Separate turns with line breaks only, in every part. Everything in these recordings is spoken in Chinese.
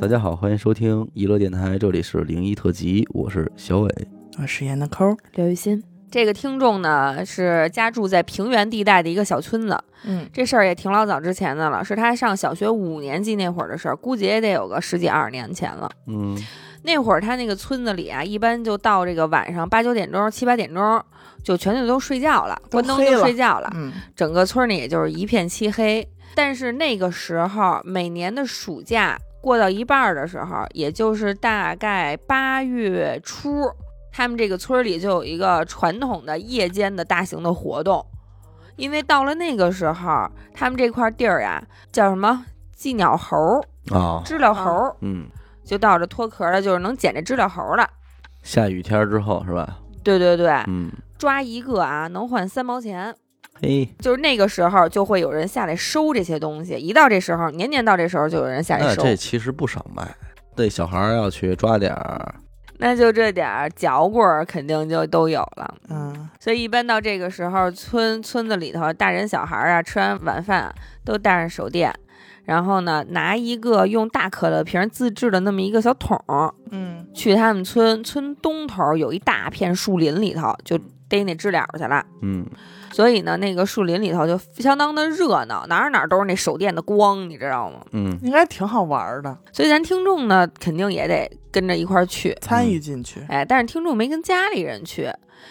大家好，欢迎收听娱乐电台，这里是零一特辑，我是小伟。
我是呃演的抠儿，
刘雨欣，
这个听众呢是家住在平原地带的一个小村子，
嗯，
这事儿也挺老早之前的了，是他上小学五年级那会儿的事儿，估计也得有个十几二十年前了。
嗯
那会儿他那个村子里啊，一般就到这个晚上八九点钟、七八点钟，就全就都睡觉了，
都
关灯
黑
就
了
睡觉了，
嗯，
整个村里也就是一片漆黑。但是那个时候，每年的暑假过到一半儿的时候，也就是大概八月初，他们这个村里就有一个传统的夜间的大型的活动，因为到了那个时候，他们这块地儿啊叫什么祭鸟猴儿、
啊，
知了猴儿，
嗯，
就到这脱壳儿了，就是能捡这知了猴儿了。
下雨天儿之后是吧？
对对对，
嗯，
抓一个啊能换三毛钱，
嘿，
就是那个时候就会有人下来收这些东西。一到这时候，年年到这时候就有人下来
哎那
收，
这其实不少卖，这小孩儿要去抓点儿，
那就这点儿嚼棍儿肯定就都有了。
嗯，
所以一般到这个时候，村村子里头大人小孩儿啊，吃完晚饭都带上手电，然后呢拿一个用大可乐瓶自制的那么一个小桶儿，
嗯，
去他们村村东头有一大片树林里头就逮那知了去了。
嗯，
所以呢，那个树林里头就相当的热闹，哪儿哪儿都是那手电的光，你知道吗？
嗯，
应该挺好玩儿的，
所以咱听众呢，肯定也得跟着一块儿去。
参
嗯
与进去，
哎，但是听众没跟家里人去，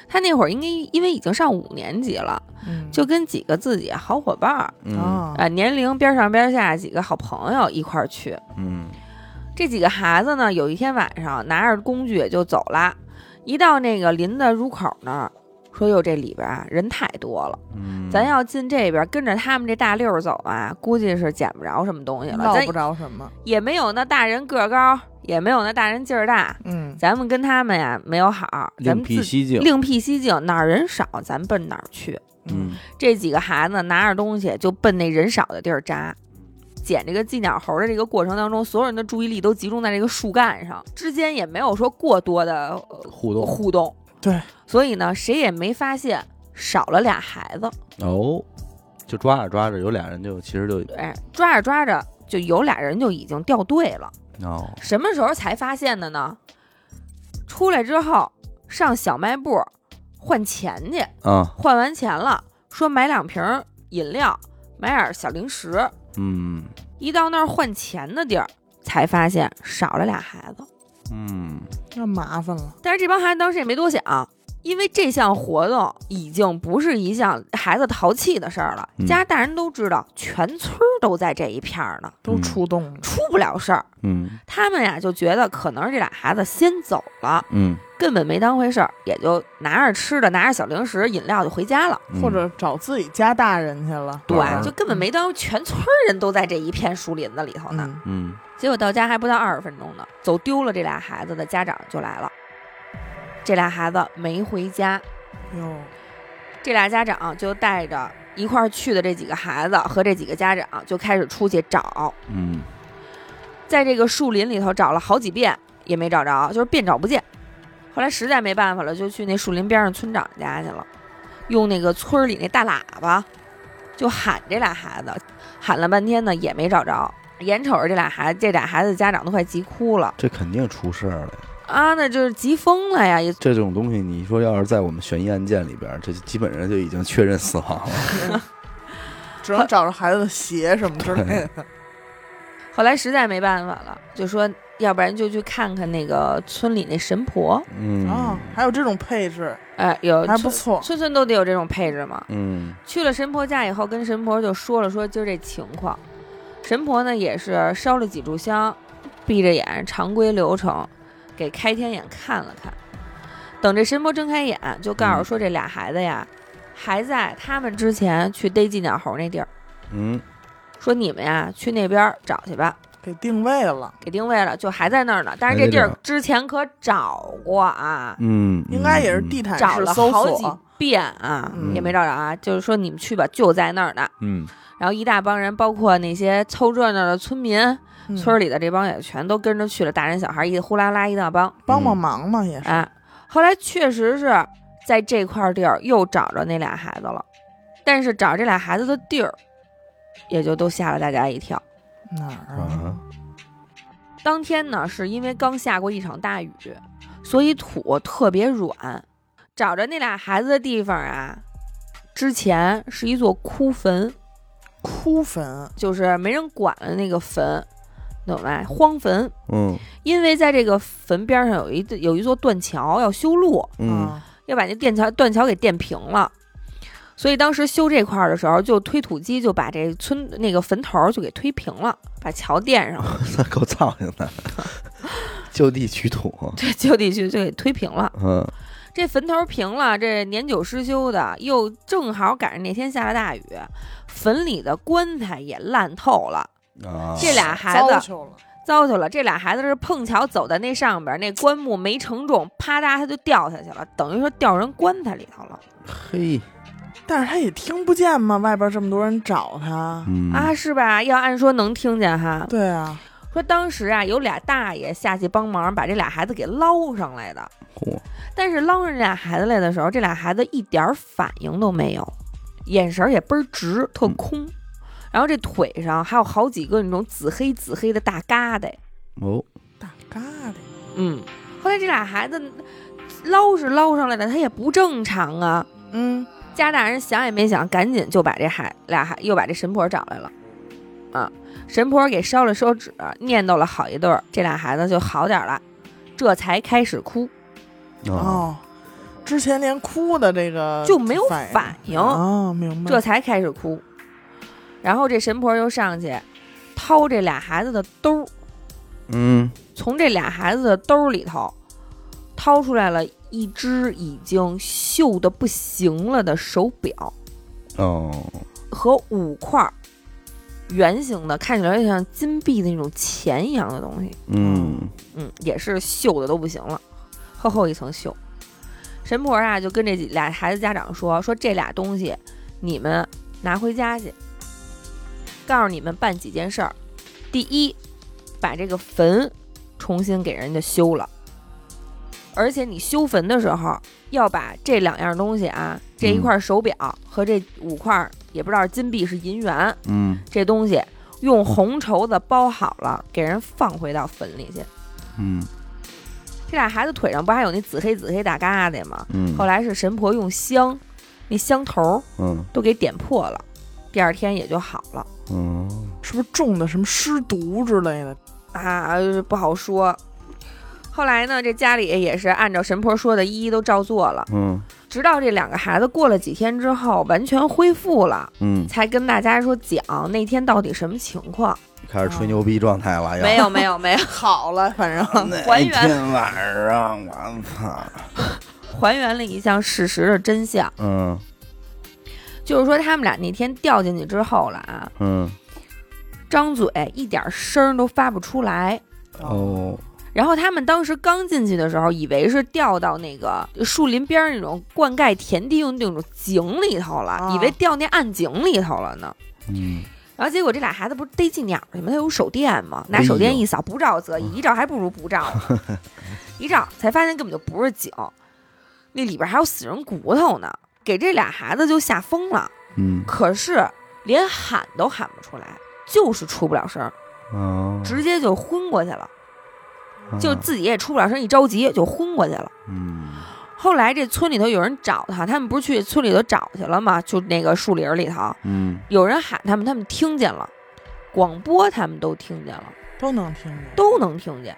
他那会儿应该因为已经上五年级了，
嗯，
就跟几个自己好伙伴儿，
嗯
啊
啊、，年龄边上边下几个好朋友一块儿去。
嗯，
这几个孩子呢，有一天晚上拿着工具也就走了，一到那个林的入口那儿，说：“哟，这里边啊人太多了。”
嗯，
咱要进这边，跟着他们这大溜儿走啊，估计是捡不着什么东西了。
闹
咱
不着什么，
也没有那大人个儿高，也没有那大人劲儿大，
嗯，
咱们跟他们呀没有好，咱
另
们
辟
自
蹊径，
另辟蹊径，哪儿人少咱奔哪儿去。
嗯，
这几个孩子拿着东西就奔那人少的地儿扎。捡这个寄鸟猴的这个过程当中，所有人的注意力都集中在这个树干上，之间也没有说过多的呃
互动
互动。
对，
所以呢，谁也没发现少了俩孩子。
哦，就抓着抓着，有俩人就其实就
哎，抓着抓着就有俩人就已经掉队了。
哦，
什么时候才发现的呢？出来之后上小卖部换钱去，
啊，
换完钱了，说买两瓶饮料，买点小零食。
嗯
一到那儿换钱的地儿，才发现少了俩孩子。
嗯，
那麻烦了，
但是这帮孩子当时也没多想，因为这项活动已经不是一项孩子淘气的事儿了，
嗯
家大人都知道，全村儿都在这一片儿呢，
都
嗯
触动了，
出不了事儿。
嗯
他们呀就觉得可能是这俩孩子先走了，
嗯，
根本没当回事儿，也就拿着吃的、拿着小零食、饮料就回家了。
嗯
或者找自己家大人去了，
对
玩儿，
就根本没当全村人都在这一片树林子里头呢。
嗯，
嗯
结果到家还不到二十分钟呢，走丢了这俩孩子的家长就来了。这俩孩子没回家，
哟，
这俩家长就带着一块儿去的这几个孩子和这几个家长就开始出去找，
嗯
在这个树林里头找了好几遍也没找着，就是遍找不见。后来实在没办法了，就去那树林边上村长家去了，用那个村里那大喇叭就喊这俩孩子，喊了半天呢也没找着，眼瞅着这俩孩子，这俩孩子家长都快急哭了
这肯定出事儿了。
啊，那就是急疯了呀，也
这种东西，你说要是在我们悬疑案件里边儿，这基本上就已经确认死亡了。
只能找着孩子的鞋什么之类的，
后来实在没办法了，就说要不然就去看看那个村里那神婆，
嗯
哦，还有这种配置，
哎，有
还
村
不错，
村村都得有这种配置嘛。
嗯
去了神婆家以后，跟神婆就说了说今儿这情况，神婆呢也是烧了几炷香，闭着眼，常规流程，给开天眼看了看。等这神婆睁开眼，就告诉说这俩孩子呀，还在他们之前去逮金鸟猴那地儿，
嗯
说你们呀去那边儿找去吧。
给定位了，
给定位了，就还在那儿呢。但是
还
这
在
地
这
儿
儿
之前可找过啊，
嗯，
应该也是地毯
找
式
了
搜
好几
索，
遍啊，
嗯
也没找着啊。就是说你们去吧，就在那儿呢。
嗯
然后一大帮人，包括那些凑热闹的村民，
嗯
村里的这帮也全都跟着去了，大人小孩一呼啦啦一大帮
帮
嗯
帮忙嘛，也是，
啊。后来确实是在这块地儿又找着那俩孩子了，但是找这俩孩子的地儿，也就都吓了大家一跳。
哪儿
啊
啊？
当天呢，是因为刚下过一场大雨，所以土特别软。找着那俩孩子的地方啊，之前是一座枯坟，
哭坟，
就是没人管的那个坟，懂吧？荒坟。
嗯
因为在这个坟边上有一有一座断桥要修路，
嗯
啊
要把那断桥断桥给垫平了，所以当时修这块儿的时候，就推土机就把这村那个坟头儿就给推平了，把桥垫上了，
那嗯 够操心的，就地取土。
对，就地去就给推平了。
嗯
这坟头平了，这年久失修的，又正好赶上那天下了大雨，坟里的棺材也烂透了。
啊，
这俩孩
糟
子
蹋了，
糟蹋了，这俩孩子是碰巧走在那上边，那棺木没承重，啪嗒他就掉下去了，等于说掉人棺材里头了。
嘿，
但是他也听不见嘛，外边这么多人找他，
嗯
啊，是吧？要按说能听见哈。
对啊，
说当时啊，有俩大爷下去帮忙把这俩孩子给捞上来的，
嚯
但是捞上这俩孩子来的时候，这俩孩子一点儿反应都没有，眼神儿也倍儿直，特空。然后这腿上还有好几个那种紫黑紫黑的大疙瘩。
哦，
大嘎的，
嗯，后来这俩孩子捞是捞上来的，他也不正常啊。
嗯，
家大人想也没想，赶紧就把这孩俩孩又把这神婆找来了，啊，神婆给烧了烧纸，念叨了好一顿儿，这俩孩子就好点儿了，这才开始哭，
啊，
哦，之前连哭的这个
就没有反
呃反
应
哦，明白，
这才开始哭。然后这神婆又上去掏这俩孩子的兜儿，
嗯，
从这俩孩子的兜儿里头掏出来了一只已经锈的不行了的手表
哦，
和五块儿圆形的，看起来有点像金币的那种钱一样的东西。
嗯
嗯，也是锈的都不行了，厚厚一层锈。神婆啊，就跟这几俩孩子家长说，说这俩东西你们拿回家去，告诉你们办几件事儿。第一，把这个坟重新给人家修了，而且你修坟的时候要把这两样东西啊，这一
嗯
块手表和这五块儿也不知道是金币是银元
嗯
这东西，用红绸子包好了，给人放回到坟里去。
嗯
这俩孩子腿上不还有那紫黑紫黑大疙瘩吗？
嗯，
后来是神婆用香，那香头儿
嗯
都给点破了，第二天也就好了
嗯
是不是中的什么尸毒之类的？
啊，不好说。后来呢，这家里也是按照神婆说的，一一都照做了。
嗯
直到这两个孩子过了几天之后，完全恢复了，
嗯，
才跟大家说讲那天到底什么情况。
开始吹牛逼状态了，
没有，没有，没有，
好了，反正
那
还原
天晚上，我操，
还原了一项事实的真相，
嗯
就是说他们俩那天掉进去之后了啊，
嗯，
张嘴一点声儿都发不出来。
哦，
然后他们当时刚进去的时候，以为是掉到那个树林边儿那种灌溉田地用那种井里头了，
啊
以为掉那暗井里头了呢。
嗯，
然后结果这俩孩子不是逮进鸟去吗？他有手电嘛，拿
哎呦
手电一扫，不照则已，一照还不如不照 呢。一照才发现根本就不是井，那里边还有死人骨头呢，给这俩孩子就吓疯了。
嗯，
可是连喊都喊不出来，就是出不了声儿，
哦，
直接就昏过去了。
啊
就自己也出不了声，一着急就昏过去了。
嗯
后来这村里头有人找他，他们不是去村里头找去了吗？就那个树林儿里头，
嗯
有人喊他们，他们听见了，广播他们都听见了，
都能听见，
都能听见，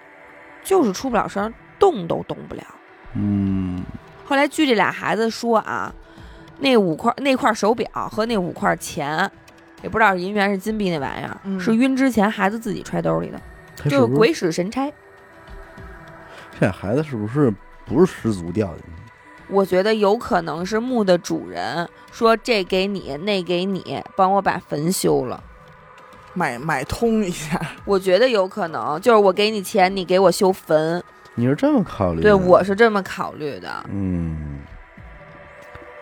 就是出不了声，动都动不了。
嗯
后来据这俩孩子说啊，那五块那块手表和那五块钱，也不知道是银元是金币那玩意儿，
嗯
是晕之前孩子自己揣兜里的，
他
就是
不
鬼使神差。
这孩子是不是不是失足掉进去？
我觉得有可能是墓的主人说这给你，那给你，帮我把坟修了。
买买通一下，
我觉得有可能，就是我给你钱，你给我修坟。
你是这么考虑的？
对，我是这么考虑的。
嗯，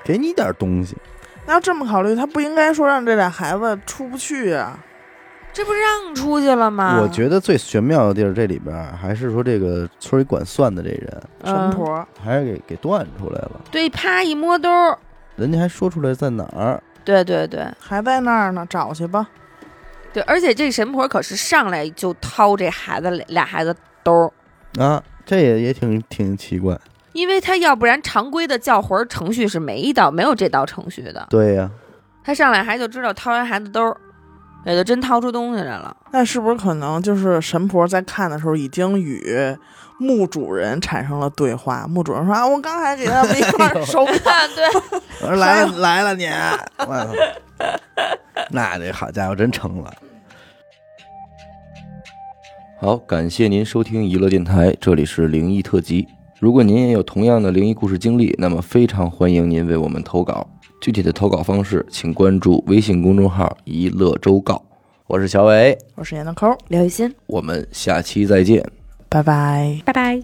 给你点东西，
那要这么考虑，他不应该说让这俩孩子出不去啊？
这不让出去了吗？
我觉得最玄妙的地儿，这里边儿还是说这个村里管算的这人，
神
嗯、
婆，
还是给给断出来了，
对，啪一摸兜儿，
人家还说出来在哪儿，
对对对，
还在那儿呢，找去吧。
对，而且这神婆可是上来就掏这孩子俩孩子兜儿，
啊，这也也挺挺奇怪。
因为他要不然常规的叫魂儿程序是没一道没有这道程序的，
对呀、
他上来还就知道掏人孩子兜儿，也就真掏出东西来了。
那是不是可能就是神婆在看的时候已经与墓主人产生了对话？墓主人说：“啊，我刚才给他们一块儿手表，
啊，对，
我说来了来了你，我操！ 那这好家伙真成了。
好，感谢您收听娱乐电台，这里是灵异特辑。如果您也有同样的灵异故事经历，那么非常欢迎您为我们投稿。具体的投稿方式，请关注微信公众号“一乐周告”。我是小伟，
我是闫德抠，
刘雨欣，
我们下期再见。
拜拜。”
拜拜。